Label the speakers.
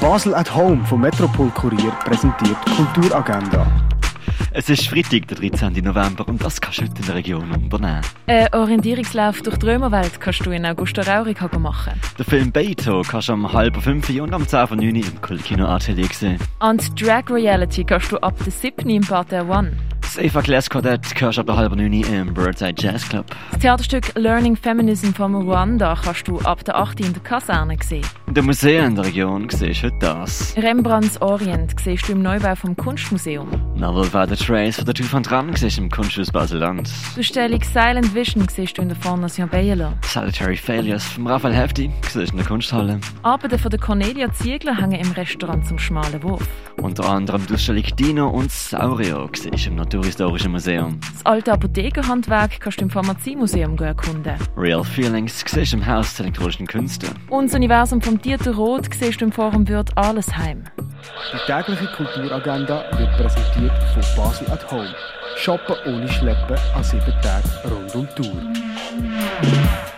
Speaker 1: Basel at Home vom Metropol Kurier präsentiert Kulturagenda.
Speaker 2: Es ist Freitag, der 13. November, und das kannst du heute in der Region unternehmen.
Speaker 3: Einen Äh, Orientierungslauf durch die Römerwelt kannst du in Augusta Raurica machen.
Speaker 2: Den Film Beito kannst du am halben fünf und um am 10 von 9 im Kultkino Atelier sehen.
Speaker 3: An die Drag Reality kannst du ab der 7. im Partei One.
Speaker 2: Das Eva Glass Quartett kannst du ab der halben 9 im Birdside Jazz Club.
Speaker 3: Das Theaterstück Learning Feminism von Ruanda kannst du ab der 8. in der Kaserne sehen.
Speaker 2: In den Museen in der Region siehst du heute das.
Speaker 3: Rembrandts Orient siehst du im Neubau vom Kunstmuseum.
Speaker 2: Novel by the Trace von der Tür van Tram siehst du im Kunsthaus Baseland.
Speaker 3: Die Ausstellung Silent Vision siehst du in der Fondation Bayerler.
Speaker 2: Solitary Failures von Raphael Hefti siehst du in der Kunsthalle.
Speaker 3: Arbeiten von der Cornelia Ziegler hängen im Restaurant zum schmalen Wurf.
Speaker 2: Unter anderem die Ausstellung Dino und Saureo siehst du im Naturhistorischen Museum.
Speaker 3: Das alte Apothekerhandwerk kannst du im Pharmaziemuseum erkunden.
Speaker 2: Real Feelings siehst du im Haus der elektronischen Künste.
Speaker 3: Und das Universum von Dieter Roth siehst du im Forum Würth Allesheim.
Speaker 1: Die tägliche Kulturagenda wird präsentiert von Basel at Home. Shoppen ohne Schleppen an sieben Tagen rund um die Tour.